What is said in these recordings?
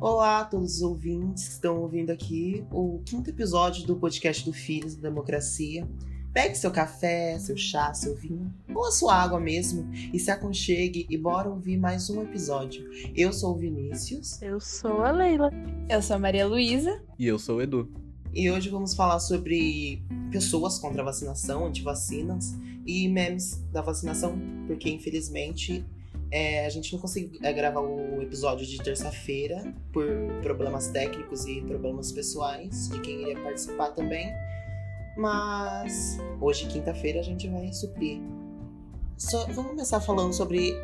Olá a todos os ouvintes que estão ouvindo aqui o quinto episódio do podcast do Filhos da Democracia. Pegue seu café, seu chá, seu vinho, ou a sua água mesmo, e se aconchegue e bora ouvir mais um episódio. Eu sou o Vinícius Eu sou a Leila. Eu sou a Maria Luísa. E eu sou o Edu. e hoje vamos falar sobre pessoas contra a vacinação, antivacinas e memes da vacinação, porque infelizmente é, a gente não conseguiu é, gravar o episódio de terça-feira por problemas técnicos e problemas pessoais de quem iria participar também. Mas hoje, quinta-feira, a gente vai suprir. Só- vamos começar falando sobre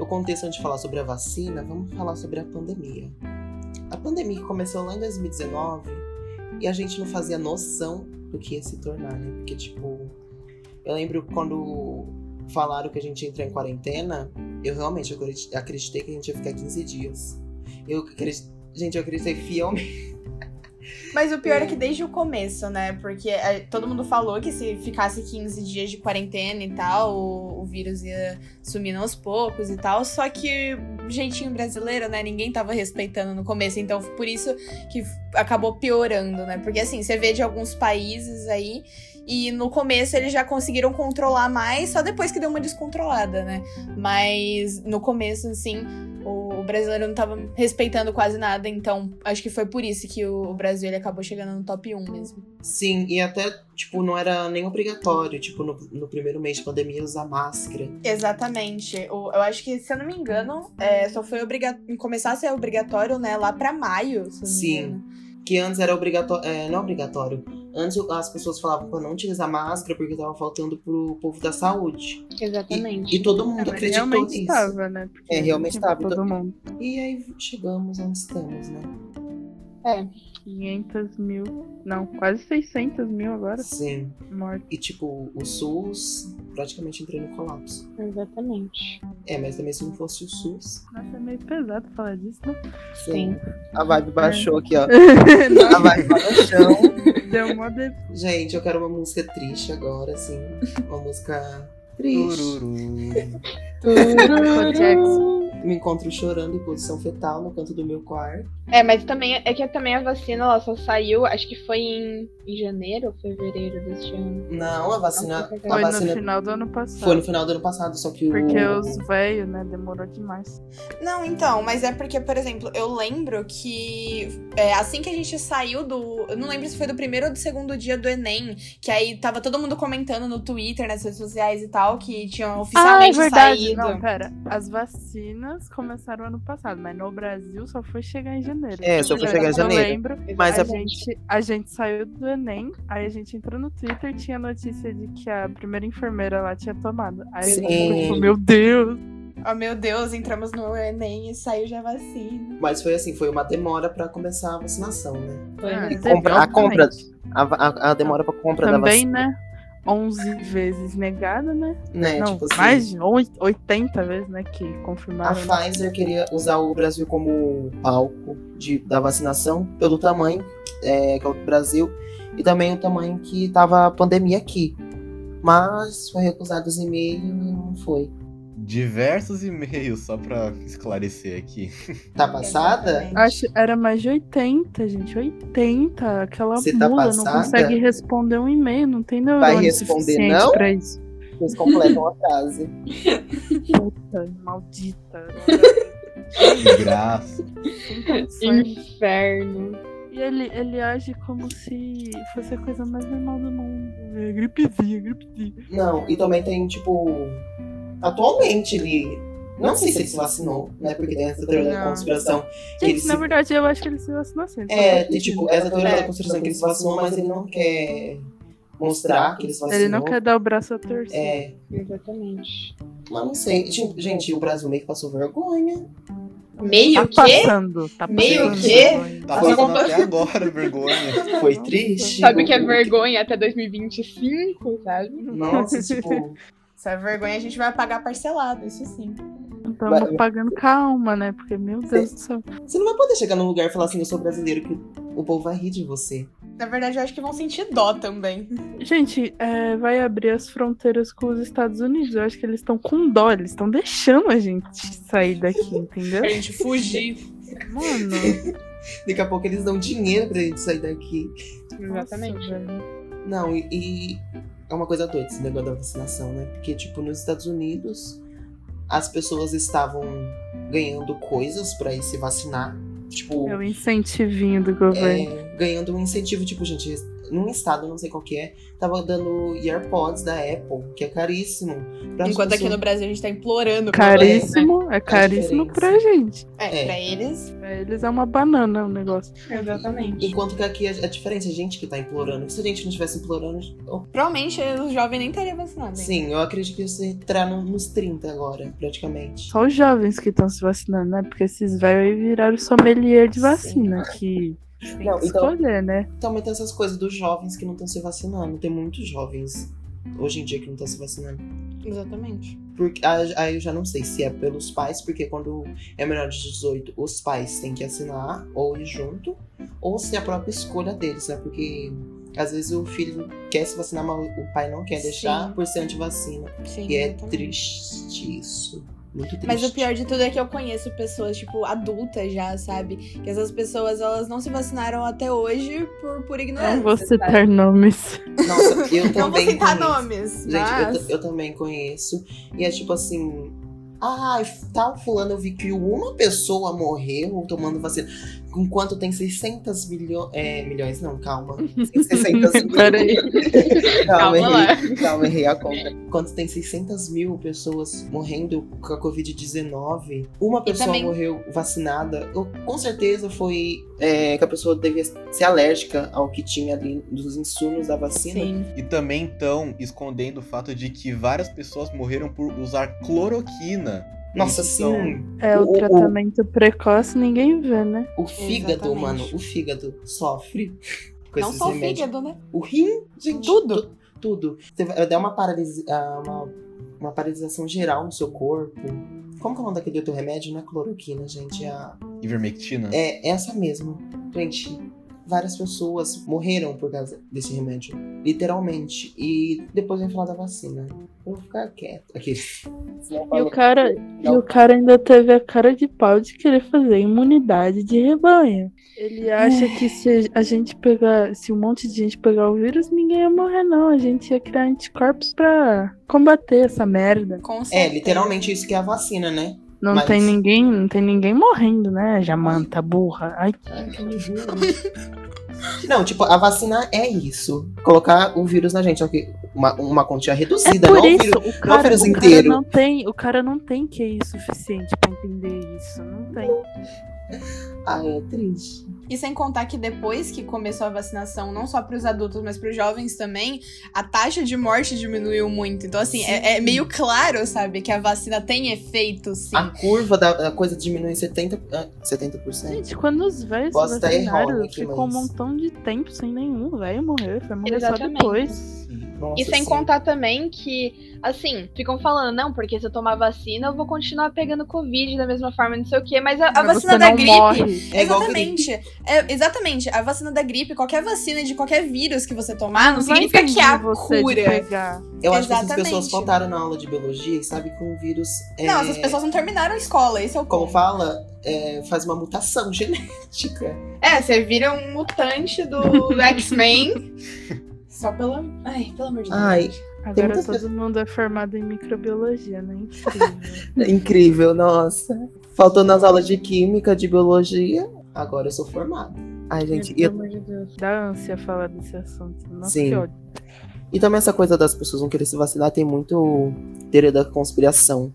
o contexto antes de falar sobre a vacina, vamos falar sobre a pandemia. A pandemia que começou lá em 2019 e a gente não fazia noção do que ia se tornar, né? Porque, tipo, eu lembro quando falaram que a gente ia entrar em quarentena, eu realmente acredi- acreditei que a gente ia ficar 15 dias. Eu acreditei, gente, eu acreditei fielmente. Mas o pior é que desde o começo, né? Porque é, todo mundo falou que se ficasse 15 dias de quarentena e tal, o, o vírus ia sumindo aos poucos e tal. Só que o jeitinho brasileiro, né? Ninguém tava respeitando no começo. Então, por isso que f- acabou piorando, né? Porque assim, você vê de alguns países aí. E no começo eles já conseguiram controlar mais, só depois que deu uma descontrolada, né? Mas no começo, assim, O, o brasileiro não tava respeitando quase nada, então acho que foi por isso que o, o Brasil ele acabou chegando no top 1 mesmo. Sim, e até, tipo, não era nem obrigatório, tipo, no, no primeiro mês de pandemia usar máscara. Exatamente. O- eu acho que, se eu não me engano, é, só foi obriga- começar a ser obrigatório, né, lá pra maio. se eu não me Sim. engano. Que antes era obrigatório. não é obrigatório. Antes as pessoas falavam pra não utilizar máscara porque tava faltando pro povo da saúde. Exatamente. E todo mundo É, mas acreditou realmente nisso. estava, né? Porque É, realmente tipo, estava. Todo mundo. E aí chegamos onde estamos, né? 500 mil. Não, quase 600 mil agora. Sim. Mortos. E tipo, o SUS praticamente entrou no colapso. Exatamente. É, mas também se não fosse o SUS. Nossa, é meio pesado falar disso, né? Sim. A vibe baixou aqui, ó. A Nossa, vibe baixou. deu mó de... Tá Gente, eu quero uma música triste agora, assim. Uma música triste. Tururu. Michael Jackson. Me um encontro chorando em posição fetal no canto do meu quarto. É, mas também é que também a vacina ela só saiu, acho que foi em, em janeiro ou fevereiro deste ano. Não, a vacina. a Foi Ah, Foi no vacina final do ano passado. foi no final do ano passado, só que o. Porque os velhos, né, demorou demais. Não, então, mas é porque, por exemplo, eu lembro que é, assim que a gente saiu do. Eu não lembro se foi do primeiro ou do segundo dia do Enem, que aí tava todo mundo comentando no Twitter, nas redes sociais e tal, que Ah, é tinham oficialmente saído. Ah, é né? Não, pera. As vacinas começaram ano passado, mas no Brasil só foi chegar em janeiro. Então, É, só foi chegar em janeiro. Eu lembro Mas é, a, a- gente, a gente saiu do Enem, aí a gente entrou no Twitter, tinha notícia de que a primeira enfermeira lá tinha tomado. Aí a gente Sim. ficou tipo, meu Deus! Oh, meu Deus, entramos no Enem e saiu já a vacina. Mas foi assim, foi uma demora pra começar a vacinação, né? Ah, mesmo. teve, compra- a compra- obviamente. A, a, a demora pra compra Também, né? 11 vezes negada, né? Né, Não, tipo assim. mais de oi- 80 vezes, né? Que A confirmaram. né? Pfizer queria usar o Brasil como palco de, da vacinação, pelo tamanho é, que é o Brasil e também o tamanho que estava a pandemia aqui. Mas foi recusado os e-mails e não foi. Diversos e-mails, só pra esclarecer aqui. Tá passada? Exatamente. Acho, era mais de 80, gente. 80. Aquela Você tá mula não passada? consegue responder um e-mail, não tem neurônio Vai responder suficiente não? pra isso. Eles completam a frase. Puta, maldita. Que graça. Inferno. E ele, ele age como se fosse a coisa mais normal do mundo. É gripezinha, gripezinha. Não, e também tem, tipo. Atualmente ele. Não sei se ele se vacinou, né? Porque tem essa teoria da Não. conspiração. Gente, Ele na se- verdade, eu acho que ele se vacinou assim. ele só É, tá tem, fingindo. tipo, essa teoria É. da conspiração que ele se vacinou, mas ele não quer mostrar que ele se vacinou. Ele não quer dar o braço a torcer. É, Exatamente. Mas não sei. Tipo, gente, o Brasil meio que passou vergonha. Meio Tá que passando, tá passando. Meio quê? Tá Foi- passando até agora, vergonha. Foi triste. Sabe o que é vergonha até 2025, sabe? Nossa, tipo. Essa vergonha a gente vai pagar parcelado, isso sim. Vai- Estamos pagando calma, né? Porque, meu Deus do céu. Você não vai poder chegar num lugar e falar assim, eu sou brasileiro, que o povo vai rir de você. Na verdade, eu acho que vão sentir dó também. Gente, é, vai abrir as fronteiras com os Estados Unidos. Eu acho que eles estão com dó, eles estão deixando a gente sair daqui, entendeu? Pra gente fugir. Mano, Daqui a pouco eles dão dinheiro pra gente sair daqui. Exatamente. nossa, velho. Não, e, e é uma coisa doida esse negócio da vacinação, né? Porque, tipo, nos Estados Unidos, as pessoas estavam ganhando coisas pra ir se vacinar. Tipo, É o incentivinho do governo. é, ganhando um incentivo, tipo, gente, num estado, não sei qual que é, tava dando AirPods da Apple, que é caríssimo. pra Enquanto aqui pessoa- no Brasil a gente tá implorando. pra- Caríssimo, é caríssimo diferença. pra gente. É, É. pra eles. Pra eles é uma banana o negócio. Exatamente. Enquanto que aqui é a diferença, é a gente que tá implorando. Se a gente não estivesse implorando, eu- Provavelmente o jovem nem estaria vacinado. hein? sim, eu acredito que você entrar no- nos 30 agora, praticamente. Só os jovens que estão se vacinando, né? Porque esses velhos aí viraram sommelier de vacina, que tem Não, que então- escolher, né? Também tem essas coisas dos jovens que não estão se vacinando. Tem muitos jovens hoje em dia que não estão se vacinando. Exatamente. Porque, ah, aí eu já não sei se é pelos pais, porque quando é menor de 18, os pais têm que assinar ou ir junto, ou se é a própria escolha deles, né? Porque às vezes o filho quer se vacinar, mas o pai não quer deixar Sim. por ser antivacina. Sim, E é exatamente. triste isso. Muito triste. Mas o pior de tudo é que eu conheço pessoas, tipo, adultas já, sabe? Que essas pessoas, elas não se vacinaram até hoje por, por ignorância. Não vou citar sabe? nomes. Nossa, eu Não vou também citar conheço. nomes, Gente, mas... eu, ta- eu também conheço. E é tipo assim. Ah, tal fulano, eu vi que uma pessoa morreu tomando vacina. Enquanto tem 600 milho é, milhões, não, calma. 600 mil. Peraí. Calma, Calma errei. Calma, errei a conta. Enquanto tem 600 mil pessoas morrendo com a Covid-19, uma pessoa também- morreu vacinada. Eu- com certeza foi é, que a pessoa devia ser alérgica ao que tinha ali dos insumos da vacina. Sim. E também estão escondendo o fato de que várias pessoas morreram por usar cloroquina. Nossa, Então, sim. É O- o o- tratamento precoce, ninguém vê, né? O fígado, Exatamente. mano, o fígado sofre com Não esses só o remédios. fígado, né? O rim, gente. Tudo. tu- tudo. Você vai vai dar uma, paralisi ah, uma, uma paralisação geral no seu corpo. Como que é o nome daquele outro remédio? Não é cloroquina, gente. É, a- Ivermectina. é essa mesmo. Gente, várias pessoas morreram por causa desse remédio. Literalmente. E depois vem falar da vacina. Eu vou ficar quieto. Aqui. E o cara, e é o cara ainda teve a cara de pau de querer fazer imunidade de rebanho. Ele acha que se a gente pegar, se um monte de gente pegar o vírus, ninguém ia morrer, não. A gente ia criar anticorpos pra combater essa merda. Com É, certeza. literalmente isso que é a vacina, né? Não Mas- tem ninguém, não tem ninguém morrendo, né? Jamanta, burra. Ai, Não, tipo, a vacina é isso. Colocar o vírus na gente, só que uma, uma quantia é reduzida, por não um o isso, vírus. o cara, vírus o cara inteiro. não tem, o cara não tem QI suficiente pra entender isso, não tem. Ah, é triste. E sem contar que depois que começou a vacinação, não só para os adultos, mas para os jovens também, a taxa de morte diminuiu muito. Então, assim, é, é meio claro, sabe, que a vacina tem efeito, sim. A curva da, da coisa diminui em 70%. ah, 70%. Gente, quando os velhos se Posso tá vacinaram, irônico, ficou um mas- montão de tempo sem nenhum velho morrer. Foi morrer só Exatamente. depois. Nossa, E sem sim. contar também que, assim, ficam falando, não, porque se eu tomar vacina, eu vou continuar pegando Covid da mesma forma, não sei o quê, mas a, a Mas vacina você da não gripe. morre. É igual exatamente. É, exatamente. A vacina da gripe, qualquer vacina de qualquer vírus que você tomar, não, vai significa que é a impedir você de cura. pegar. Eu acho que essas Exatamente. pessoas faltaram na aula de biologia e sabe que um vírus. É, Não, essas pessoas não terminaram a escola, esse é o Como ponto. fala, é, faz uma mutação genética. É, você vira um mutante do X-Men. Só pela. Ai, pelo amor de Deus. Ai, Agora muitas todo mundo é formado em microbiologia, né? Incrível. é incrível, nossa. Faltou nas aulas de química, de biologia. Agora eu sou formada. Ai, gente, né? e eu amor de Deus. Dá ânsia falar desse assunto. Nossa, Sim. que ódio. E também essa coisa das pessoas não querer se vacinar tem muito teoria da conspiração.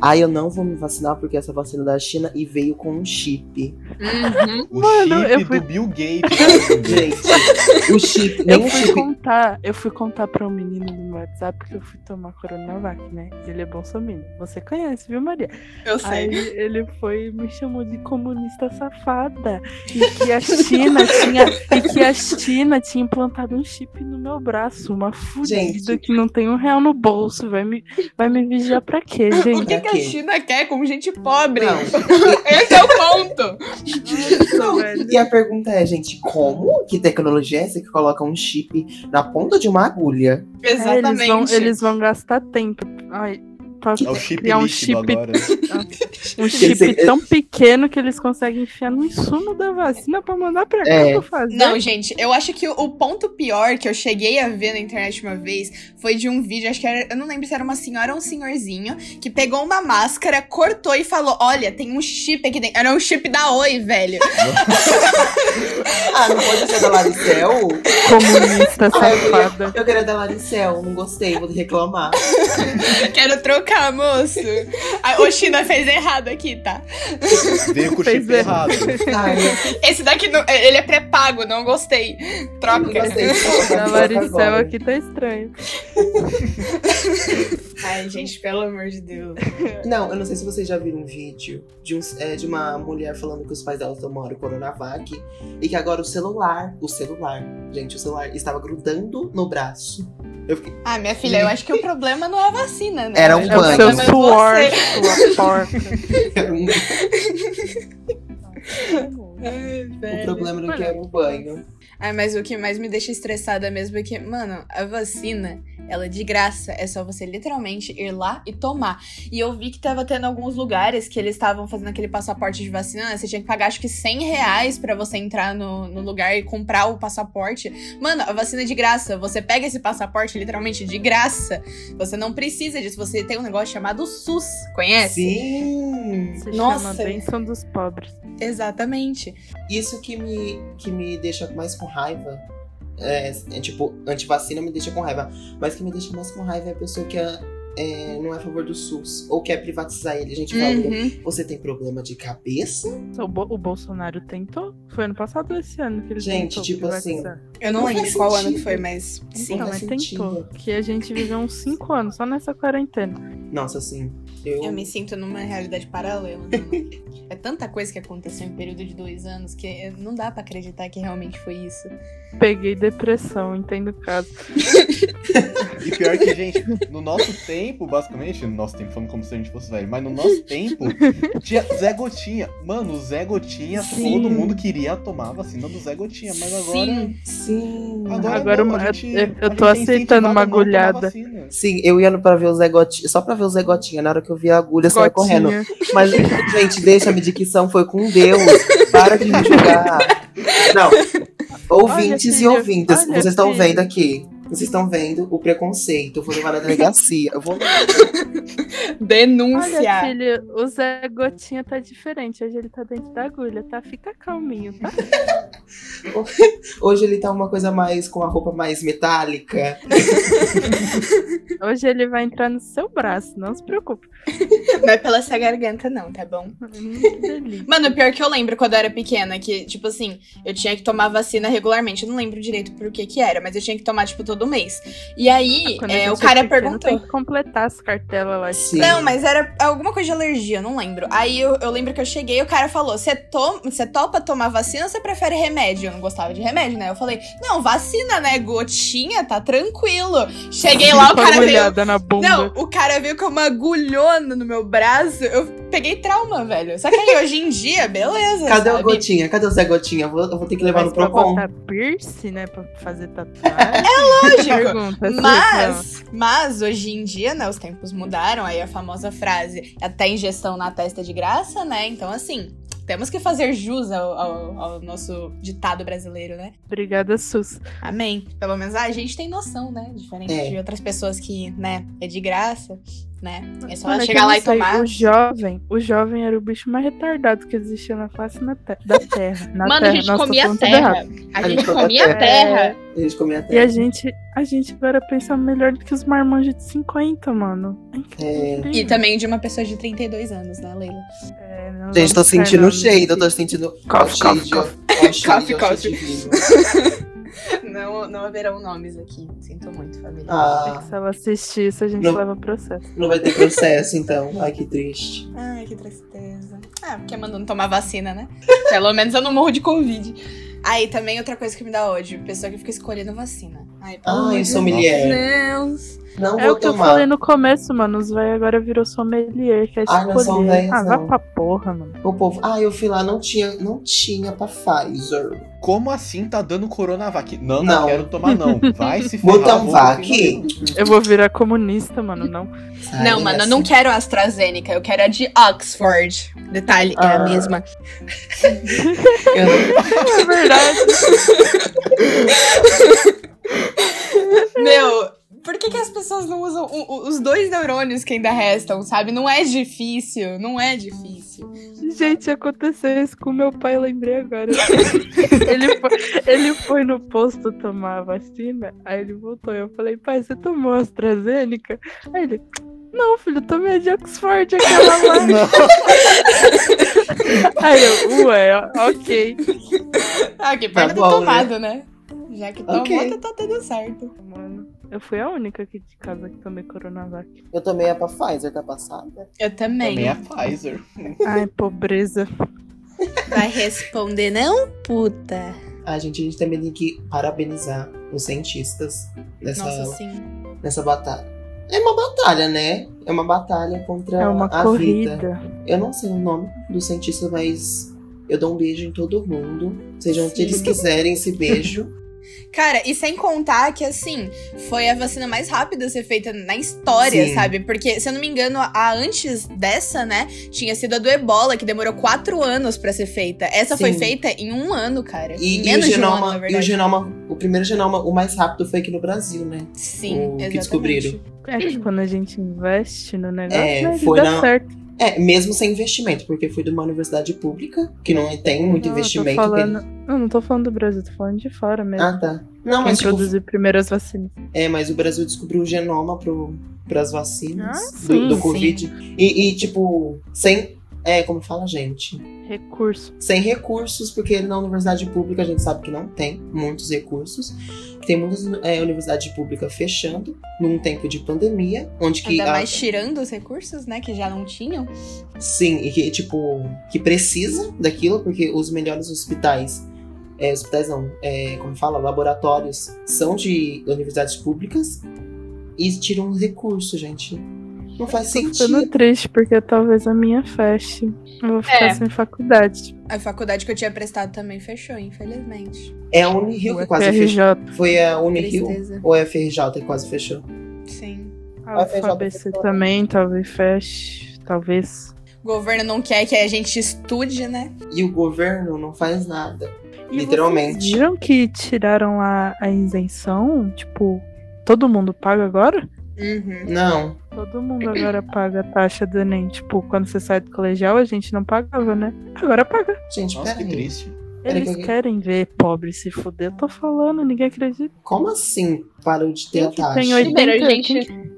Ah, eu não vou me vacinar porque essa vacina é da China e veio com um chip. Uhum. o Mano, eu chip fui- do Bill Gates. Gente, o chip, nem Eu o fui um chip. contar, eu fui contar pra um menino no WhatsApp que eu fui tomar Coronavac, né? Ele é bolsominion. Você conhece, viu, Maria? eu Aí ele foi e me chamou de comunista safada. E que a China tinha. E que a China tinha implantado um chip no meu braço. Uma fudida Gente. que não tem um real no bolso. Vai me, vai me vigiar pra quê, O gente? que, que a Aqui. China quer com gente pobre? Não. Esse é o ponto. Nossa, velho. E a pergunta é, gente, como? Que tecnologia é essa que coloca um chip na ponta de uma agulha? É, eles, Exatamente. vão, eles vão gastar tempo. Ai, pra É o chip criar um líquido chip, agora. um chip Esse- tão pequeno que eles conseguem enfiar no insumo da vacina pra mandar pra cá É. pra fazer. Não, gente, eu acho que o ponto pior que eu cheguei a ver na internet uma vez foi de um vídeo, acho que era, eu não lembro se era uma senhora ou um senhorzinho, que pegou uma máscara, cortou e falou: Olha, tem um chip aqui dentro. Era um chip da Oi, velho. Ah, não pode ser da Laricel? Comunista Ah, eu, safada. queria, eu queria da Laricel, não gostei, vou reclamar. Quero trocar, moço. A o China fez errado aqui, tá? Veio com o Fez chip bem. errado. Ai, eu Esse daqui, não- ele é pré-pago, não gostei. não Troca. gostei. A Laricel aqui tá estranho. Ai, gente, pelo amor de Deus. Não, eu não sei se vocês já viram um vídeo de, um- é, de uma mulher falando que os pais dela tomaram o Coronavac e que agora o celular, o celular, gente, o celular estava grudando no braço. Eu fiquei, Ah, minha filha, eu acho que o problema não é a vacina, né? Era um Eu acho que É o Mano, seu problema é suor, você. sua porca. era um- Ai, o É, velho. problema não que era o banho. Ai, Ah, mas o que mais me deixa estressada mesmo é que, mano, a vacina, ela é de graça. É só você literalmente ir lá e tomar. E eu vi que tava tendo alguns lugares que eles estavam fazendo aquele passaporte de vacina. né? Você tinha que pagar, acho que 100 reais pra você entrar no, no lugar e comprar o passaporte. Mano, a vacina é de graça. Você pega esse passaporte literalmente de graça. Você não precisa disso. Você tem um negócio chamado SUS. Conhece? Sim! Se Nossa. chama bênção dos pobres. Exatamente. Isso que me, que me deixa mais com raiva. É, é, tipo, antivacina me deixa com raiva. Mas o que me deixa mais com raiva é a pessoa que é- é, não é a favor do SUS ou quer privatizar ele. A gente fala, Uhum. você tem problema de cabeça? O, Bo- o Bolsonaro tentou? Foi ano passado ou esse ano que ele Gente, tentou tipo assim, privatizar? Eu não, Não lembro faz qual ano que sentido. foi, mas sim. Então, faz mas sentido. tentou. Que a gente viveu uns 5 anos só nessa quarentena. Nossa, assim, eu. Eu me sinto numa realidade paralela. né? é tanta coisa que aconteceu em um período de dois anos que eh, não dá pra acreditar que realmente foi isso. Peguei depressão, entendo o caso. E pior que, gente, no nosso tempo, basicamente, no nosso tempo, falando como se a gente fosse velho, mas no nosso tempo, tinha Zé Gotinha. Mano, o Zé Gotinha, Sim. todo mundo queria tomar a vacina do Zé Gotinha, mas agora. Sim. Sim. Agora, Agora não, a uma- gente- eu- eu a gente tô é aceitando incentivado uma a não tomar agulhada. vacina. Sim, eu ia no- pra ver o Zé Gotinha, só pra ver o Zé Gotinha. Na hora que eu vi a agulha, eu saí correndo. Gotinha. Mas, gente, deixa, a minha dicção foi com Deus. Para de me julgar. Não. Ouvintes filho, e ouvintas, olha, vocês estão filho. vendo aqui. Vocês estão vendo o preconceito. Eu vou levar na delegacia. Eu vou. Olha, Denúncia. filho, o Zé Gotinha tá diferente. Hoje ele tá dentro da agulha, tá? Fica calminho, tá? Hoje ele tá uma coisa mais com a roupa mais metálica. Hoje ele vai entrar no seu braço, não se preocupe. não é pela essa garganta, não, tá bom? Hum, que delícia. Mano, pior que eu lembro quando eu era pequena, que, tipo assim, eu tinha que tomar vacina regularmente. Eu não lembro direito por que que era, mas eu tinha que tomar, tipo, todo mês. E aí, Ah, Quando a eh, gente é o cara pequeno, perguntou. Tem que completar as cartelas lá. Sim. Não, mas era alguma coisa de alergia, eu não lembro. Aí eu, eu lembro que eu cheguei e o cara falou: Você to cê topa tomar vacina ou você prefere remédio? Eu não gostava de remédio, né? Eu falei: Não, vacina, né? Gotinha, tá tranquilo. Cheguei lá, o Com a cara veio. agulhada na bunda. Não, o cara veio com uma agulhona no meu braço. Eu peguei trauma, velho. Só que aí hoje em dia, beleza. Cadê sabe? o Gotinha? Cadê o Zé Gotinha? Eu vou, eu vou ter que levar Mas no pra Procon. botar piercing, né? Pra fazer tatuagem. Lógico. Pergunta, sim, não. Mas, mas hoje em dia, né, os tempos mudaram, aí a famosa frase, até injeção na testa é de graça, né? Então, assim, temos que fazer jus ao, ao- ao nosso ditado brasileiro, né? Obrigada, SUS. Amém. Pelo menos ah, a gente tem noção, né? Diferente É. de outras pessoas que, né, é de graça, né? É só Mano, é que chegar eu lá não e sei, tomar. O jovem, o jovem era o bicho mais retardado que existia na face na te- da Terra. Na Mano, a terra. gente Nossa, tô comia falando tudo terra. errado. A A gente gente comia comia terra. A gente comia até. E a gente, a gente agora pensa melhor do que os marmanjos de 50, mano. É incrível. E também de uma pessoa de 32 anos, né, Leila? É, não Gente, tô vamos cair sentindo na- o cheiro, eu tô sentindo. Ó, Cough, cough, cheiro, ó, Cough, cheiro, ó, cough. cheiro. Não, não haverão nomes aqui. Sinto muito, família. Ah, Se ela assistir isso, a gente Não. leva processo. não vai ter processo então. Ai, que triste. Ai, que tristeza. Ah, porque mandando tomar vacina, né? Ah, Pelo menos eu não morro de Covid. Aí também outra coisa que me dá ódio, pessoa que fica escolhendo vacina. Ai, Ai, Ah, eu sou mulher. Deus. Não É vou o que eu tomar. falei no começo, mano. Os vai agora virou sommelier, quer Ah, não são escolher. velhos, Ah, vá não. pra porra, mano. O povo, ah, eu fui lá, não tinha, não tinha pra Pfizer. Como assim tá dando Coronavac? Não, não, Não. quero tomar, não. Vai se ferrar. Botar um vou vac. Eu vou virar comunista, mano. Não. Sai não, mano, eu dessa. não quero a AstraZeneca, eu quero a de Oxford. Detalhe, é a Ah. mesma. Eu não- É verdade. Meu, por que, que as pessoas não usam o- o- os dois neurônios que ainda restam, sabe? Não é difícil, não é difícil. Gente, aconteceu isso com meu pai, eu lembrei agora. ele, foi, ele foi no posto tomar a vacina, aí ele voltou. Eu falei, pai, você tomou a AstraZeneca? Aí ele, não, filho, eu tomei a de Oxford, aquela lá. Aí eu, ué, ok. Ah, que Tá perto do bom, tomado, né? Já que tomou, Ok. tá, tá tudo certo. Mano, eu fui a única aqui de casa que tomei Coronavac. Eu tomei a pra Pfizer, tá passada? Eu também. Também é a Pfizer. Ai, pobreza. Vai responder, não, puta? Ah, gente, a gente também tem que parabenizar os cientistas nessa, Nossa, sim. nessa batalha. É uma batalha, né? É uma batalha contra É uma a vida. corrida. Eu não sei o nome do cientista, mas eu dou um beijo em todo mundo. Seja onde Sim. eles quiserem esse beijo. Cara, e sem contar que, assim, foi a vacina mais rápida a ser feita na história, Sim. sabe? Porque, se eu não me engano, a antes dessa, né, tinha sido a do ebola, que demorou quatro anos pra ser feita. Essa foi Sim. feita em um ano, cara. E, em e o menos de um ano, genoma, na e o verdade. genoma, o primeiro genoma, o mais rápido foi aqui no Brasil, né? o Sim, que exatamente. descobriram. É que quando a gente investe no negócio, É, né, ele foi dá na- certo. É, mesmo sem investimento, porque foi de uma universidade pública, que não tem muito Não, eu tô investimento. que- falando- Eu não tô falando do Brasil, tô falando de fora mesmo. Ah, tá. Não, Quem mas, tipo, produzir primeiro as vacinas. é, mas o Brasil descobriu o genoma para as vacinas Ah, do, sim, do sim. Covid. E, e, tipo, sem. É, como fala, gente? Recurso. sem recursos, porque na universidade pública a gente sabe que não tem muitos recursos. Tem muitas é, universidades públicas fechando num tempo de pandemia, onde que Ainda a- mais tirando os recursos, né, que já não tinham. sim, e que tipo que precisa daquilo, porque os melhores hospitais é, hospitais não, é, como fala, laboratórios são de universidades públicas e tiram recurso, gente. Não faz Tô ficando sentido. triste, porque talvez a minha feche. Eu vou ficar É. sem faculdade. A faculdade que eu tinha prestado também fechou, infelizmente. É a Unirio O que quase fechou. FRJ. Foi a Unirio Tristeza. ou é a FRJ que quase fechou? Sim. A FRJ UFABC fechou. também, talvez feche. Talvez. O governo não quer que a gente estude, né? E o governo não faz nada. E Literalmente. Vocês viram que tiraram a, a isenção? Tipo, todo mundo paga agora? Uhum. Não. Todo mundo agora paga a taxa do Enem. Tipo, quando você sai do colegial, a gente não pagava, né? Agora paga. Gente, Nossa, que peraí. triste. Peraí que Eles eu- querem ver pobre se fuder. Eu tô falando, ninguém acredita. Como assim parou de ter Quem a que taxa? tem oito- Primeiro, Tenta- gente.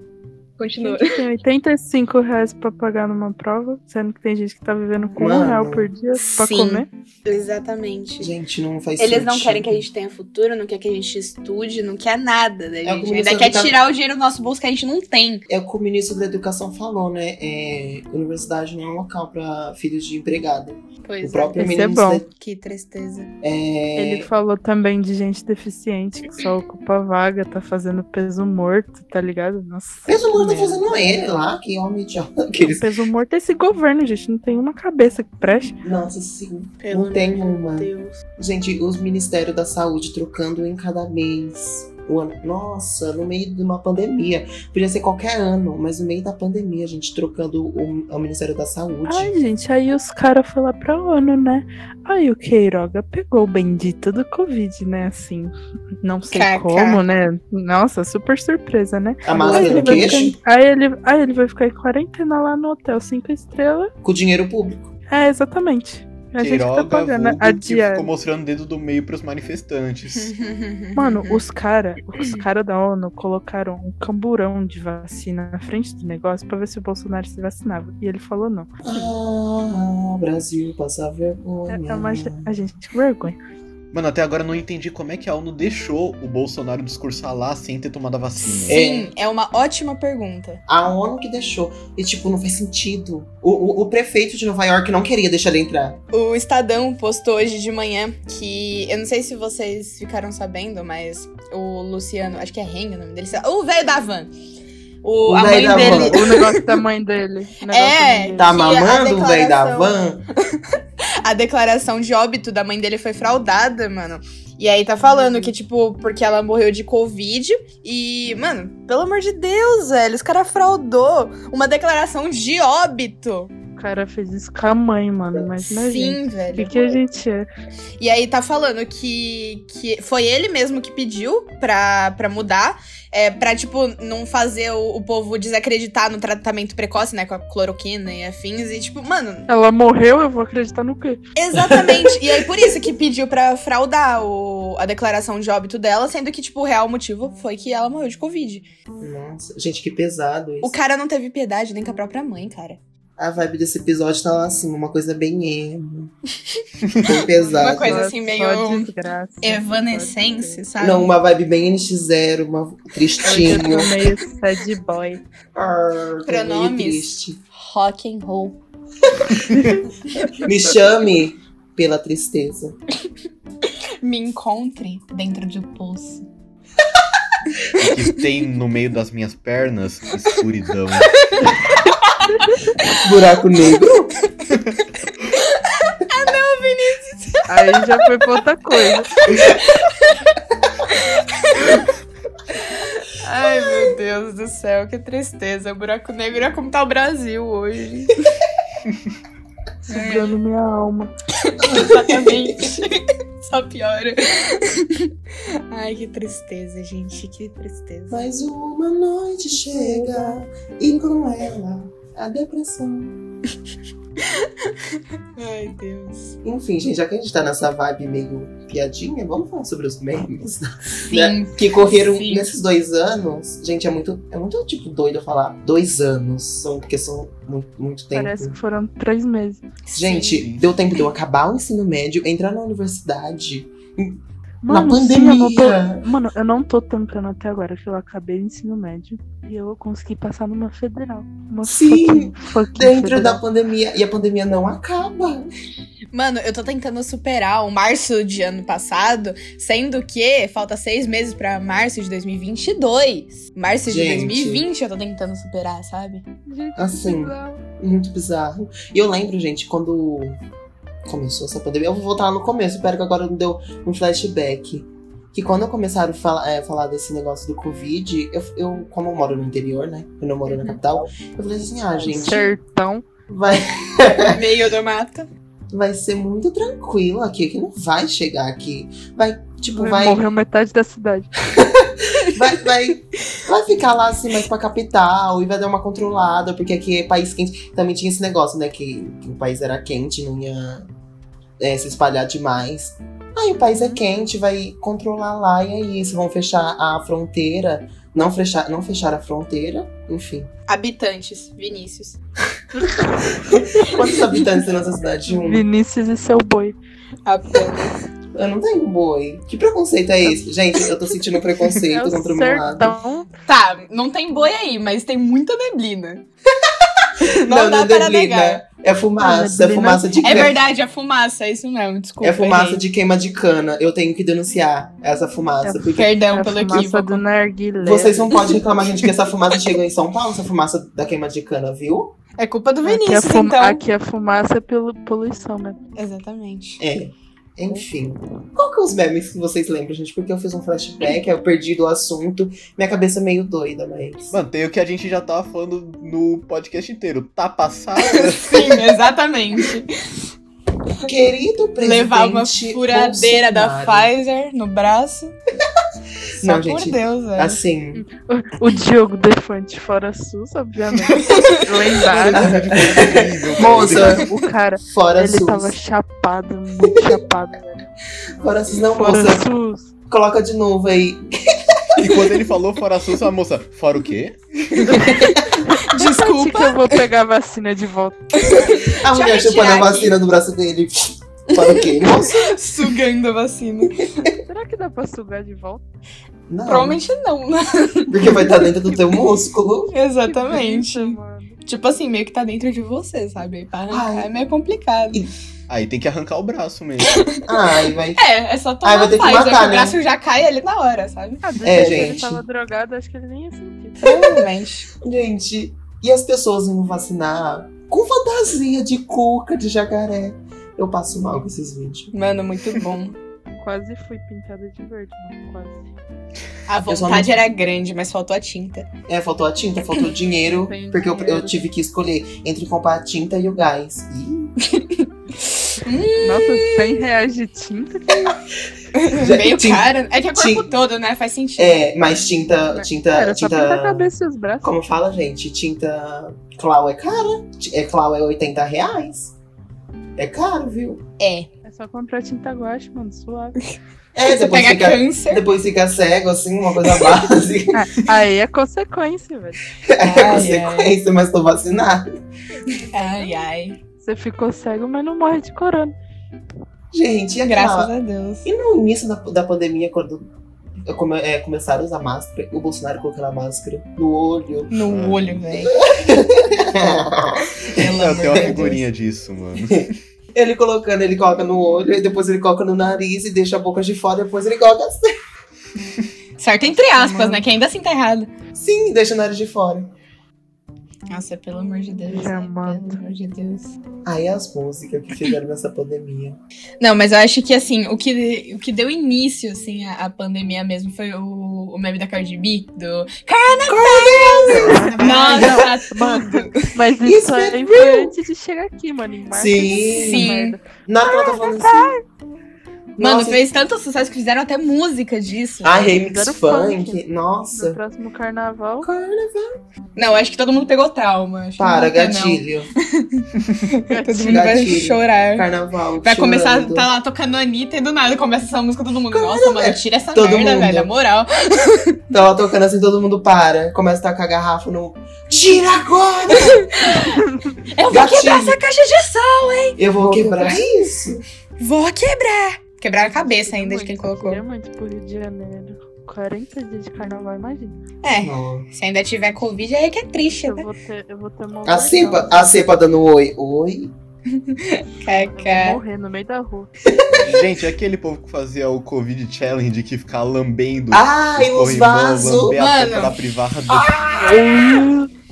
Quem Continua. que tem 85 reais pra pagar numa prova? Sendo que tem gente que tá vivendo com um Mano. real por dia pra Sim. comer. Exatamente. Gente, não faz Eles não sentido. querem que a gente tenha futuro, não quer que a gente estude, não quer nada da É o que tá? o gente. Ainda ministro quer da Educa- tirar o dinheiro do nosso bolso que a gente não tem. É o que o ministro da Educação falou, né? É, universidade não é um local pra filhos de empregada. Pois o próprio Esse é ministro. bom. da- Que tristeza. é, Ele falou também de gente deficiente que só ocupa vaga, tá fazendo peso morto, tá ligado? Nossa. Mas o mundo tá merda. fazendo ele lá, que homem idiota. Aqueles... Peso morto é esse governo, gente. Não tem uma cabeça que preste. Nossa, sim. Não tem uma. Deus. Gente, os ministérios da saúde trocando em cada mês. O ano- Nossa, no meio de uma pandemia. Podia ser qualquer ano, mas no meio da pandemia, a gente trocando o, o Ministério da Saúde. Ai, gente, aí os caras foram pra ONU, né? Aí o Queiroga pegou o bendito do Covid, né? Assim, não sei Caca. como, né? Nossa, super surpresa, né? A Aí máscara ele, no vai queixo? ficar, em- aí, ele, aí ele vai ficar em quarentena lá no hotel cinco estrelas. Com dinheiro público. É, exatamente. A gente que tá pagando vulgo, a que diária. ficou mostrando o dedo do meio pros manifestantes. Mano, os caras os cara da ONU colocaram um camburão de vacina na frente do negócio pra ver se o Bolsonaro se vacinava. E ele falou não. Ah, Brasil, passa É, vergonha. é uma ge- a gente com vergonha. Mano, até agora eu não entendi como é que a ONU deixou o Bolsonaro discursar lá sem ter tomado a vacina. Sim, é uma ótima pergunta. A ONU que deixou. E, tipo, não faz sentido. O, o, o prefeito de Nova York não queria deixar ele entrar. O Estadão postou hoje de manhã que. Eu não sei se vocês ficaram sabendo, mas o Luciano, acho que é Renga o nome dele, sei lá, o velho da van. O, O a mãe velho da dele. van. O negócio da mãe dele. O negócio É. da mãe dele. Tá E mamando a o velho da declaração- van? a declaração de óbito da mãe dele foi fraudada, mano. E aí tá falando que, tipo, porque ela morreu de Covid. E, mano, pelo amor de Deus, velho, os caras fraudou uma declaração de óbito. O cara fez isso com a mãe, mano. Imagina a gente. Sim, O que, velho. que a gente é? E aí tá falando que, que foi ele mesmo que pediu pra, pra mudar. É, pra, tipo, não fazer o, o povo desacreditar no tratamento precoce, né? Com a cloroquina e afins. E, tipo, mano, Ela morreu, eu vou acreditar no quê? Exatamente. E aí por isso que pediu pra fraudar o- a declaração de óbito dela, sendo que tipo o real motivo foi que ela morreu de covid. Nossa, gente, que pesado isso. O cara não teve piedade nem com a própria mãe, cara. A vibe desse episódio tá lá assim, uma coisa bem emo. bem pesada. Uma coisa Só- assim, só meio desgraça. Evanescence, sabe? Não, uma vibe bem NX0, uma Hoje eu tristinho. tô meio sad boy. Arr, tô meio Pronomes. triste. Rock and roll. Me chame pela tristeza. Me encontre dentro de um poço. O que tem no meio das minhas pernas? Escuridão. Buraco negro. Aí já foi pra outra É. coisa. Ai, meu Deus do céu, que tristeza. O buraco negro é como tá o Brasil hoje. Sugando minha alma. Exatamente. Só piora. Ai, que tristeza, gente. Que tristeza. Mais uma noite chega e com ela a depressão. Ai, Deus. Enfim, gente, já que a gente tá nessa vibe meio piadinha, vamos falar sobre os memes. Sim. que correram Sim. nesses dois anos. Gente, é muito, é muito tipo doido falar dois anos, são porque são muito, muito tempo. Parece que foram três meses. Gente, Sim. deu tempo de eu acabar o ensino médio, entrar na universidade, Mano, na sim, eu não tô- pandemia. Mano, eu não tô tancando até agora, que eu acabei o ensino médio e eu consegui passar numa federal. Uma Sim, fucking- fucking Dentro da federal. pandemia. E a pandemia não acaba. Mano, eu tô tentando superar o março de ano passado, sendo que falta seis meses pra março de 2022. Março de Gente. 2020 eu tô tentando superar, sabe? Gente, Assim. Muito bizarro. E eu lembro, gente, quando começou essa pandemia. Eu vou voltar no começo, espero que agora não deu um flashback. Que quando começaram a fala- é, falar desse negócio do Covid, eu, eu, como eu moro no interior, né? Eu não moro na capital, eu falei assim, ah, gente, Sertão. vai, Meio do mato. vai ser muito tranquilo aqui, que não vai chegar aqui. Vai, tipo, vai, Morreu metade da cidade. vai, vai, vai ficar lá assim, mais pra capital, e vai dar uma controlada, porque aqui é país quente. Também tinha esse negócio, né? Que, que o país era quente, não ia é, se espalhar demais. Aí o país é quente, vai controlar lá, e aí isso, vão fechar a fronteira. Não fechar, não fechar a fronteira, enfim. Habitantes, Vinícius. Quantos habitantes tem nessa cidade? Um. Vinícius e seu boi. Apenas. Eu não tenho um boi. Que preconceito é esse? Gente, eu tô sentindo é preconceito o contra o meu lado. sertão. Tá, não tem boi aí, mas tem muita neblina. Não, dá é para neblina, negar. É fumaça, é Neblina. fumaça de É grama. verdade, é fumaça, é isso mesmo, desculpa. É fumaça errei. de queima de cana. Eu tenho que denunciar essa Então, fumaça. Porque É Perdão a pelo fumaça equívoco. do né? narguilé. um vocês não podem reclamar, gente, que essa fumaça chegou em São Paulo, essa fumaça da queima de cana, viu? É culpa do Aqui a, Vinícius, fuma... então. Aqui a fumaça é pelo poluição, né? Exatamente. É. Enfim. Qual que é os memes que vocês lembram, gente? Porque eu fiz um flashback, eu perdi do assunto. Minha cabeça é meio doida, mas. Mano, tem o que a gente já tava falando no podcast inteiro. Tá passada? Sim, exatamente. Querido presidente. Levar uma furadeira da Bolsonaro. Pfizer no braço. Só Não, por gente, Deus, é. velho. Assim. O Diogo Defante fora SUS, obviamente. Lendário. Esse vídeo foi incrível. Moça, O cara, fora ele SUS. tava chapado, muito chapado. velho. Fora SUS, não, Fora moça. SUS. Coloca de novo aí. E quando ele falou fora SUS, a moça, fora o quê? Desculpa. que eu vou pegar a vacina de volta. A mulher retirar chupando a aqui. vacina do braço dele. Fora o quê? Moça? Sugando a vacina. Será que dá pra sugar de volta? Não. Provavelmente não, né? Porque vai estar dentro do teu músculo. Exatamente. Mano. Tipo assim, meio que tá dentro de você, sabe? Pra arrancar Ai. é meio complicado. Aí tem que arrancar o braço mesmo. Ai, vai. É, é só tomar Ai, vai ter que Pfizer, matar, o né? braço já cai ali na hora, sabe? Ah, do É, jeito que gente. ele tava drogado, acho que ele nem ia sentir. Provavelmente. Gente, e as pessoas indo vacinar com fantasia de cuca, de jacaré? Eu passo mal com esses vídeos. Mano, muito bom. Quase fui pintada de verde, mano. Quase. A Eu só vontade era grande, mas faltou a tinta. É, faltou a tinta, faltou o dinheiro, Sem porque eu, dinheiro. eu tive que escolher entre comprar a tinta e o gás. Ih, Nossa, 100 reais de tinta? Meio tinta- caro. É que é corpo tinta- todo, né? Faz sentido. É, mas tinta. Tinta. Era só pintar a tinta cabeça e os braços. como fala, gente? Tinta Clau é cara. Ti- É, Clau é 80 reais. É caro, viu? É. É só comprar tinta guache, mano, suave. É, Você depois pega fica, câncer. depois fica cego, assim, uma coisa básica. Ah, aí é consequência, velho. É a Ai, consequência, mas tô vacinado. Ai, ai. Você ficou cego, mas não morre de corona. Gente, e aquela- Graças a Deus. E no início da, da pandemia, quando eu come, é, começaram a usar máscara, o Bolsonaro colocando a máscara no olho. No Ah. olho, velho. Pelo Eu amor tenho uma de figurinha disso, mano. ele colocando, ele coloca no olho, e depois ele coloca no nariz e deixa a boca de fora, depois ele coloca assim. Deus. Certo entre aspas, Mano. né? Que ainda assim tá errado. Sim, deixa o nariz de fora. Nossa, pelo amor de Deus. né? Chamando. Pelo amor de Deus. Aí as músicas que fizeram nessa pandemia. Não, mas eu acho que assim, o que, o que deu início assim à, à pandemia mesmo foi o, o meme da Cardi B do Coronavirus. Nossa, tudo. Mas isso, Isso é aí foi antes de chegar aqui, mano. Em março, Sim. essa Sim. merda. Na hora que ela tá falando assim. Mano, nossa, fez tanto sucesso que fizeram até música disso. A remix Fizeram funk. funk. No Nossa. próximo carnaval. Não, acho que todo mundo pegou trauma. Acho que Para, não tem, não. gatilho. Todo mundo vai gatilho. chorar. Carnaval. Vai começar, chorando. tá lá tocando Anitta e do nada começa essa música, todo mundo. Nossa, mano, tira essa Todo merda, mundo. velho. A moral. Tá lá tocando assim, todo mundo para. Começa a tacar a garrafa no. Tira agora! Eu vou Gatilho. quebrar essa caixa de som! Eu vou quebrar isso. Vou quebrar! Quebrar a cabeça ainda de quem Muito, colocou. queria muito pro Rio de Janeiro. 40 dias de carnaval, imagina. É, Não. se ainda tiver Covid, aí que Ah, é triste, Eu né? vou ter, eu vou ter uma A cepa, a cepa dando um oi. Oi? Eu vou Caca. morrer no meio da rua. Gente, é aquele povo que fazia o Covid Challenge que ficar lambendo. Ai, os os corrimão, vasos. lamber a Mano. tampa da privada.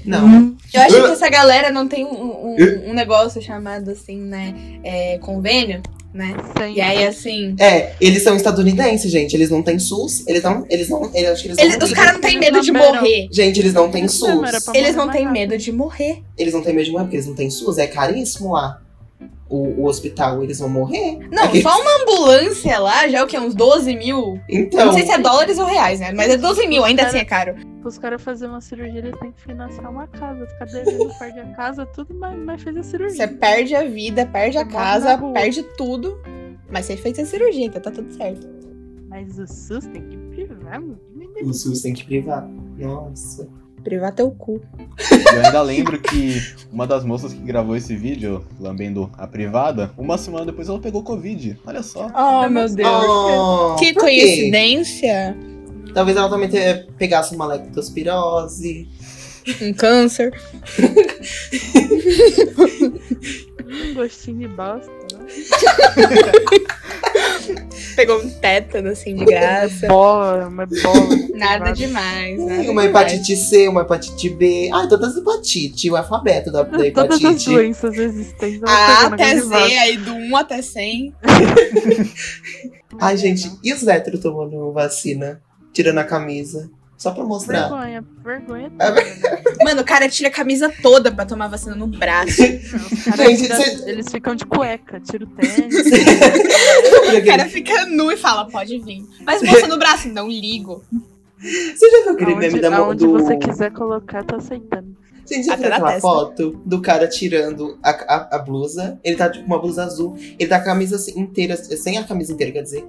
Não. Eu acho que essa galera não tem um, um- um negócio chamado assim, né? é, convênio, né? Sem- E aí, assim. É, eles são estadunidenses, gente. Eles não têm SUS. Eles não. Eles não. Eles, acho que eles, eles- não os caras não têm medo de morrer. Gente, eles não têm Não, SUS. mas era pra- Eles não têm medo de morrer. Eles não têm medo de morrer, porque eles não têm SUS. É caríssimo lá. O, o hospital, eles vão morrer. Não, Aqui- só uma ambulância lá já é o quê? Uns 12 mil? Eu Então. não sei se é dólares ou reais, né? Mas é 12 mil, ainda assim é caro. Os caras fazerem uma cirurgia, eles têm que financiar uma casa. Ficar devendo, perde a casa, tudo, mas, mas fez a Você cirurgia. perde a vida, perde Você a morre casa, na rua. perde tudo. Mas você fez a cirurgia, então tá tudo certo. Mas o SUS tem que privar, mano. é O SUS tem que privar. Nossa. Privar teu cu. Eu ainda lembro que uma das moças que gravou esse vídeo, lambendo a privada, uma semana depois ela pegou Covid. Olha só. Ah, Oh, meu Deus. Oh, Que por quê? coincidência. Talvez ela também te- pegasse uma leptospirose. Um câncer. Um gostinho de bosta. né? Pegou um tétano, assim, de graça. Bola, uma bola. assim, privada. Nada É demais, Tem nada né? uma demais. hepatite C, uma hepatite B. Ah, todas as hepatite, o alfabeto da, da Todas as hepatite. doenças existentes. ela Ah, pegou A na até Z, privada. aí do 1 até 100. Ai, gente, e os héteros tomando vacina? Tirando a camisa. Só pra mostrar. Vergonha, vergonha. Ah, É toda, né? Mano, o cara tira a camisa toda pra tomar vacina no braço. Os caras Gente, tiram- cê- Eles ficam de cueca, tira o tênis. O cara fica nu e fala, pode vir. Mas moça no braço, não ligo. Você já viu aquele meme é Aonde, da mão aonde do. você quiser colocar, tá aceitando. Gente, já Até viu na aquela testa. foto do cara tirando a, a, a blusa? Ele tá tipo com uma blusa azul. Ele tá com a camisa assim, inteira, sem a camisa inteira, quer dizer.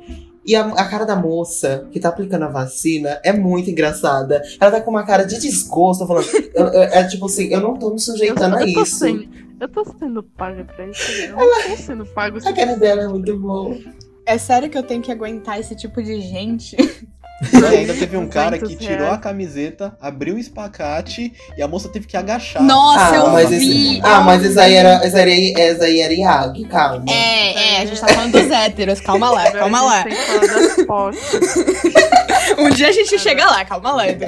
E a, a cara da moça que tá aplicando a vacina é muito engraçada. Ela tá com uma cara de desgosto, falando. eu- eu- é tipo assim, eu não tô me tá sujeitando a eu, tô isso. assim. sendo, eu tô sendo paga pra isso. né? Eu não tô sendo pago. tá A cara dela é muito boa. É sério que eu tenho que aguentar esse tipo de gente? E ainda teve um cara que 200 tirou a reais. camiseta, abriu o espacate e a moça teve que agachar. Nossa, Ah, eu mas vi! esse, ah, eu mas vi. esse aí era, esse aí, esse aí era Iag, calma. É, é, a gente tá falando dos héteros, calma lá, calma lá. Tem que falar das postas. Um dia a gente chega lá, calma lá. Edu.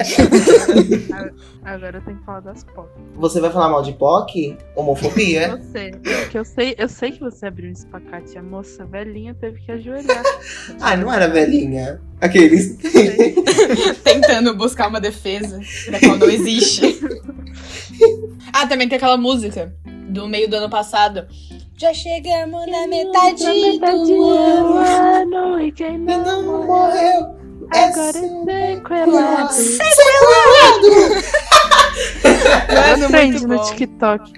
Agora eu tenho que falar das postas. Você vai falar mal de POC? É. Homofobia? Você, que eu sei, eu sei que você abriu um espacate. A moça velhinha teve que ajoelhar. ah, não era velhinha. Aqueles. Eu sei. Tentando buscar uma defesa da qual não existe. ah, também tem aquela música do meio do ano passado. Já chegamos na metade, do ano. ano e quem E não não morreu morreu. É agora seu- é sequelado. Mano, é é Trend muito no bom. TikTok.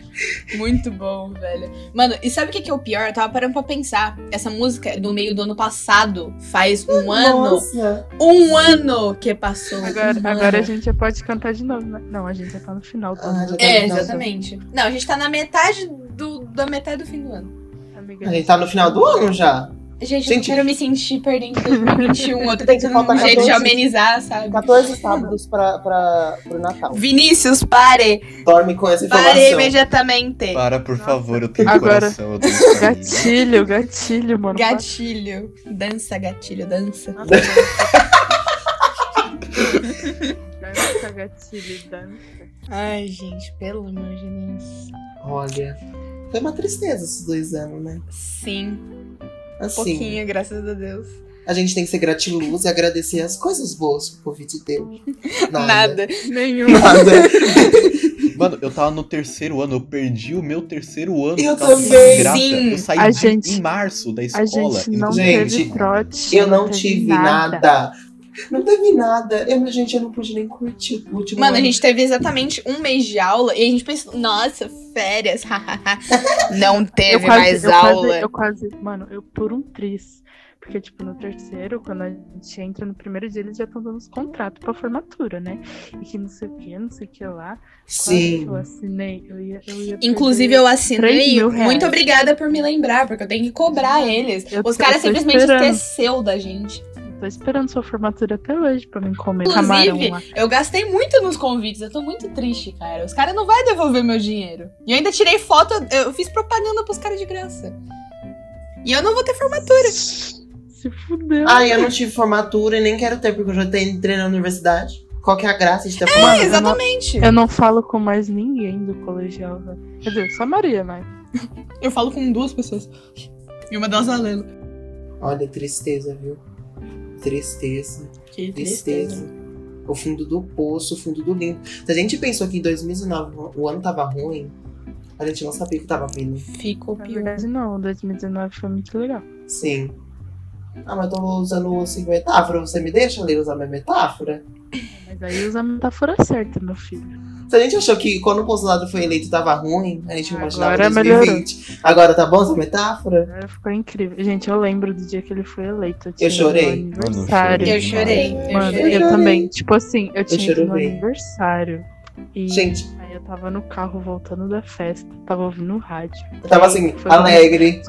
Muito bom, velho. Mano, e sabe o que, que é o pior? Eu tava parando pra pensar. Essa música é do meio do ano passado. Faz um ano. Nossa. Um ano que passou. Agora, Um agora a ano. gente já pode cantar de novo, né? Não, a gente já tá no final do Ah, ano. já tá É, no final do exatamente. Não, a gente tá na metade do, da metade do fim do ano. Amiga, A gente tá no final do ano já. Gente, Gente- eu não quero me sentir perdendo 2021. Eu tô tentando Falta um jeito de 14. amenizar, sabe? 14 É sábados pra, pra, pro Natal. Vinícius, pare! Dorme com essa Pare informação. imediatamente! Para, por favor, eu tenho Agora- coração, eu tenho família. Gatilho, gatilho, mano. Gatilho. Dança, gatilho, dança. Nossa, Dança, gatilho, dança. Ai, gente, pelo amor de Deus. Olha. Foi uma tristeza esses dois anos, né? Sim, um Assim. pouquinho, graças a Deus. A gente tem que ser gratiluz e agradecer as coisas boas que o Covid deu. Nada. Nenhum. Nada. Mano, eu tava no terceiro ano, eu perdi o meu terceiro ano. Eu por causa dessa também. desgraça. Sim. Eu saí A de- gente- em março da escola. A gente não Então, Gente, teve trote. Eu não teve tive nada. Não teve nada. Eu, gente, eu não pude nem curtir o último Mano, a ano. gente teve exatamente um mês de aula e a gente pensou, nossa, férias. Não teve Eu quase- mais eu quase- aula. eu quase, mano, eu por um tris. Porque, tipo, no terceiro, quando a gente entra no primeiro dia, eles já estão dando os contratos pra formatura, né? E que não sei o que, não sei o que lá. Quase Sim. que Eu assinei. Eu ia, eu ia Inclusive, perder. eu Três assinei. mil reais. Muito obrigada por me lembrar, porque eu tenho que cobrar eles. Eu Os tô- eu caras tô simplesmente esperando. esqueceu da gente. Tô esperando sua formatura até hoje pra mim comer camarão Inclusive, lá. eu gastei muito nos convites. Eu tô muito triste, cara. Os caras não vão devolver meu dinheiro. E eu ainda tirei foto, eu fiz propaganda pros caras de graça. E eu não vou ter formatura. Se fudeu. Ai, Ah, eu não tive formatura e nem quero ter, porque eu já tenho- entrei na universidade. Qual que é a graça de ter Mano, formatura? eu não- Exatamente. Eu não falo com mais ninguém do colegial. né? Quer dizer, só Maria, mas. Eu falo com duas pessoas. E uma delas é a Leila. Olha, tristeza, viu? Tristeza, Que tristeza. O fundo do poço, o fundo do limpo. Se a gente pensou que em 2019 o ano tava ruim, a gente não sabia que tava vindo. Ficou Na pior. verdade, não. 2019 foi muito legal. Sim. Ah, mas eu tô usando assim, metáfora. Você me deixa ler usar minha metáfora? Mas aí usa a metáfora certa, meu filho. Se a gente achou que quando o Bolsonaro foi eleito tava ruim, a gente imaginava Agora 2020. Agora tá bom essa metáfora? Agora Ficou incrível. Gente, eu lembro do dia que ele foi eleito. tinha ido no chorei. Aniversário. Eu chorei. Mano, chorei. eu, também. Tipo assim, eu tinha ido no chorei. aniversário. E Gente, aí eu tava no carro voltando da festa, tava ouvindo o rádio. eu tava assim, Foi alegre.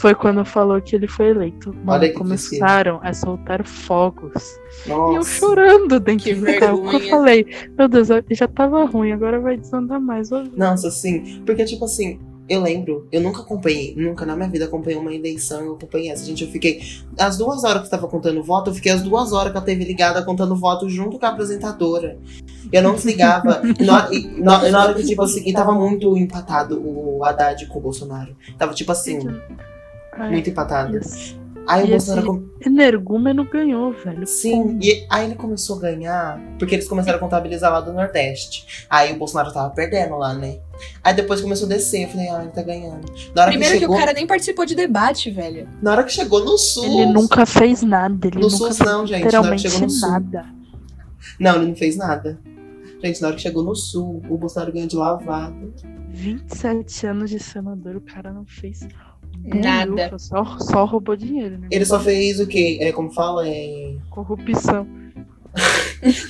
Foi quando falou que ele foi eleito. Mano, Olha que começaram a soltar fogos. E eu Nossa. chorando dentro Que do carro. Porque eu vergonha. falei, meu Deus, eu- já tava ruim, agora vai desandar mais. Vou ver. Nossa, assim. Porque, tipo assim, eu lembro, eu nunca acompanhei, nunca na minha vida acompanhei uma eleição, eu acompanhei essa. Gente, eu fiquei. As duas horas que tava contando voto, eu fiquei as duas horas que ela teve ligada contando voto junto com a apresentadora. Eu não desligava. E na, hora- e na- e na hora que, tipo assim, e tava muito empatado o Haddad com o Bolsonaro. Tava, tipo assim, Ai, muito empatado. esse Aí o E assim, Bolsonaro. esse- energúmeno ganhou, velho. Sim, e aí ele começou a ganhar, porque eles começaram a contabilizar lá do Nordeste. Aí o Bolsonaro tava perdendo lá, né? Aí depois começou a descer, eu falei, ah, ele tá ganhando. Na hora, Primeiro que, que chegou, o cara nem participou de debate, velho. na hora que chegou no Sul. Ele nunca fez nada. Ele No nunca SUS fez não, gente. Na hora que literalmente chegou no Sul. nada. Não, ele não fez nada. Gente, na hora que chegou no Sul, o Bolsonaro ganhou de lavado. 27 anos de senador, o cara não fez um Nada. bolhufa, Só, só roubou dinheiro, né? Ele só fez o quê? É, como fala? É... Corrupção.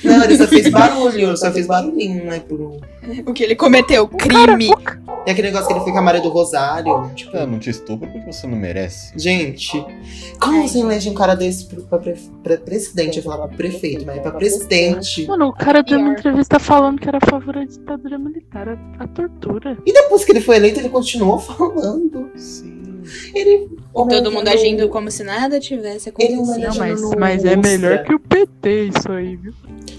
Não, ele só fez barulho, só fez barulhinho, né? Pro... O que ele cometeu? Crime. E aquele negócio que ele foi com a Maria do Rosário. Tipo, Ah, não te estupro porque você não merece. gente, como você elege um cara desse pro, pra, pre- pra presidente? Eu falava prefeito, mas é pra presidente. Mano, o cara deu uma Pior. entrevista falando que era a favor da ditadura militar, a, a tortura. E depois que ele foi eleito, ele continuou falando. Sim. Ele. Todo mundo agindo como se nada tivesse Ele não acontecido. Não, mas, no mas é Insta. melhor que o PT isso aí, viu?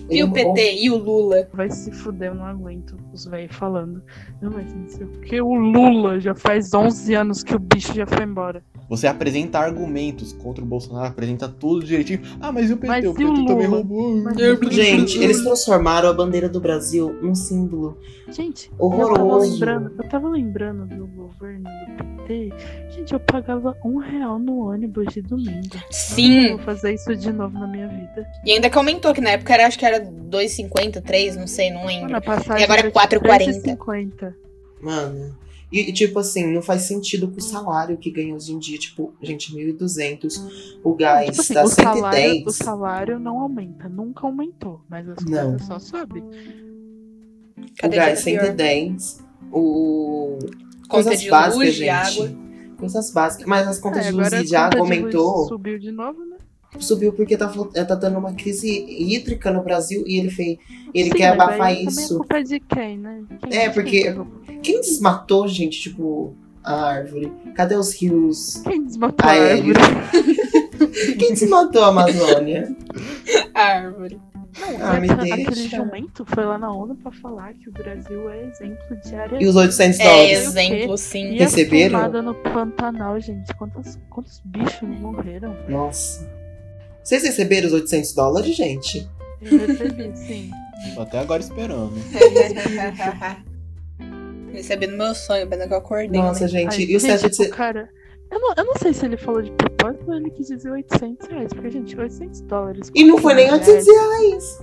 ele E o PT? E o Lula? Vai se fuder, eu não aguento os velhos falando. Não, mas não sei o que. O Lula já faz 11 anos que o bicho já foi embora. Você apresenta argumentos contra o Bolsonaro, apresenta tudo direitinho. Ah, mas e o PT? Mas o e PT o também Lula? roubou. Mas- Gente, eles transformaram a bandeira do Brasil num símbolo Gente, eu tava horroroso. lembrando, eu tava lembrando do governo do PT. Gente, eu pagava um real no ônibus de domingo. Eu Sim. Vou fazer isso de novo na minha vida. E ainda que aumentou, que na época era, acho que era 2,50, 3, não sei, não lembro. Mano, a passagem E agora era é 4,40. 3,50. Mano. E, e, tipo assim, não faz sentido com o salário que ganha hoje em dia. Tipo, gente, 1.200. O gás Tipo assim, tá o, 110. salário, o salário não aumenta, nunca aumentou, mas as Não. coisas só sobem. o Cadê gás que era pior? 110. O. Conta coisas de básicas, luz, de gente. água. Coisas básicas. Mas as contas É, de luz agora e a de água conta de luz aumentou. Subiu de novo, né? Subiu porque tá, fal- tá dando uma crise hídrica no Brasil e ele fez. Ele Sim, quer mas abafar aí Também isso. a culpa é de quem, né? Quem- É, quem porque- pagou? Quem desmatou, gente, tipo, a árvore? Cadê os rios? Quem desmatou a Aéreo. árvore? Quem desmatou a Amazônia? Árvore. Ah, me Aquela- Aquele deixa. jumento foi lá na ONU pra falar que o Brasil é exemplo de área E os 800 É, dólares? exemplo, sim. E a Receberam? queimada no Pantanal, gente. Quantos, quantos bichos não morreram? Nossa. Vocês receberam os 800 dólares, gente? Eu recebi, sim. Tô Tipo, até agora esperando. Recebendo meu sonho, pena que eu acordei. Nossa, né? gente. Aí, e o Sérgio tipo, de... cara, eu não, eu não sei se ele falou de propósito ou ele quis dizer 800 reais. Porque, gente, 800 dólares. E não foi nem 800 reais. reais.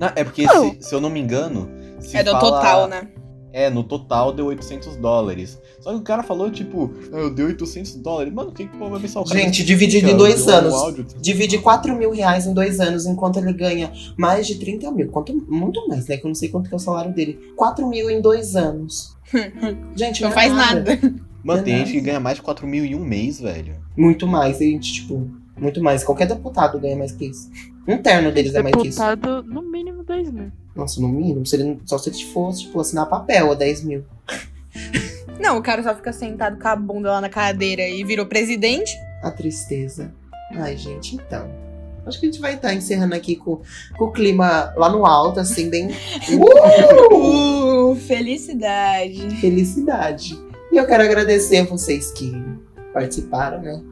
Não, é porque, Não. se, se eu não me engano. Se É do fala- total, né? É, no total deu 800 dólares. Só que o cara falou, tipo, "Ah, eu dei 800 dólares. Mano, quem que o povo vai pensar? O cara Gente, que dividido fica em dois ouvindo anos. o áudio. Divide 4 mil reais em dois anos, enquanto ele ganha mais de 30 mil. Quanto, muito mais, né? Que eu não sei quanto que é o salário dele. 4 mil em dois anos. gente, Não é faz nada. Mano, tem Verdade. gente que ganha mais de 4 mil em um mês, velho. Muito mais, gente, tipo, muito mais. Qualquer deputado ganha mais que isso. Um terno deles é mais que isso. Deputado, no mínimo 2 mil. Nossa, no mínimo, se ele, não- só se ele fosse, tipo, assinar papel a 10 mil. Não, o cara só fica sentado com a bunda lá na cadeira e virou presidente. A tristeza. Ai, gente, então. Acho que a gente vai estar encerrando aqui com, com o clima lá no alto, assim, bem. Uh! Uh, felicidade. Felicidade. E eu quero agradecer a vocês que participaram, né?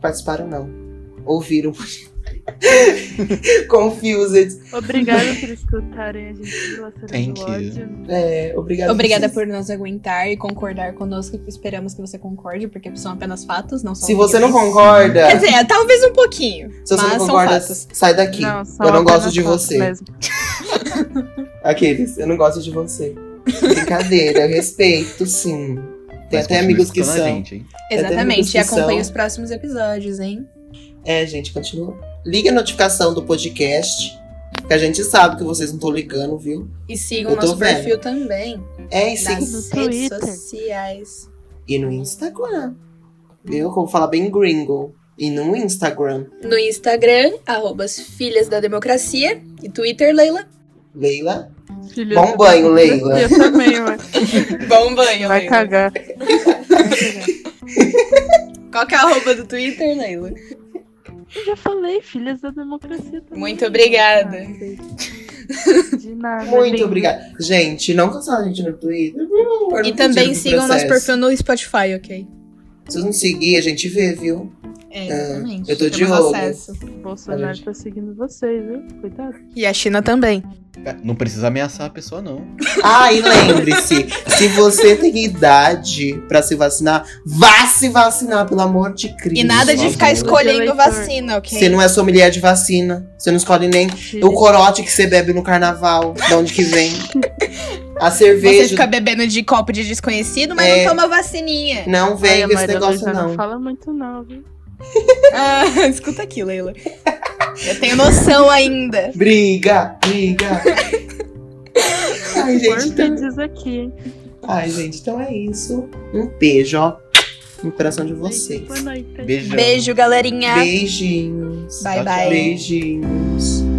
Participaram, não. Ouviram. Confused. Obrigada por escutarem a gente relacionando Thank o you. ódio. É, obrigado. Obrigada vocês. por nos aguentar e concordar conosco. Esperamos que você concorde, porque são apenas fatos, não são Se você não opiniões. concorda. É Quer dizer, talvez um pouquinho. Se você Mas não são concorda, fatos. sai daqui. só eu não gosto apenas de fatos você. mesmo. Aqueles, eu não gosto de você. Brincadeira, eu respeito, sim. Tem Mas até continua amigos que escutando a são. gente, hein? Exatamente. E discussão. acompanhe os próximos episódios, hein? É, gente, continua. Liga a notificação do podcast, que a gente sabe que vocês não estão ligando, viu? E sigam Eu tô nosso vendo. perfil também. É, e nas sim. No redes Twitter. sociais. E no Instagram. Viu? Como falar bem gringo. E no Instagram. No Instagram, arroba as Filhas da Democracia. E Twitter, Leila. Leila? Filha Bom da- banho, Leila. Eu também, ué. Bom banho, Vai Leila. cagar. Qual que é a arroba do Twitter, Leila? Eu já falei, filhas da democracia também. Muito obrigada. De nada. Muito linda. obrigada. Gente, não cancela a gente no Twitter. E também sigam nosso perfil no Spotify, ok? Se vocês não seguir, a gente vê, viu? É, exatamente. Ah, eu tô de Temos olho. acesso. Bolsonaro tá seguindo vocês, viu? Cuidado. E a China também. Não precisa ameaçar a pessoa, não. Ah, e lembre-se, se você tem idade pra se vacinar, vá se vacinar, pelo amor de Cristo. E nada de Nossa, ficar né? escolhendo Eleitor. vacina, ok? Você não é sommelier de vacina. Você não escolhe nem o corote que você bebe no carnaval, de onde que vem. A Você cerveja fica bebendo de copo de desconhecido, mas É. não toma vacininha. não vem Olha, com esse Maria negócio, Luísa, não. fala muito, não, viu? Ah, escuta aqui, Leila. Eu tenho noção ainda. Briga, briga. Ai, gente. Quanto então- diz aqui, hein? Ai, gente, então é isso. Um beijo, ó. No coração de vocês. Boa noite. Beijão. Beijo, galerinha. Beijinhos. é. Bye, bye. Beijinhos.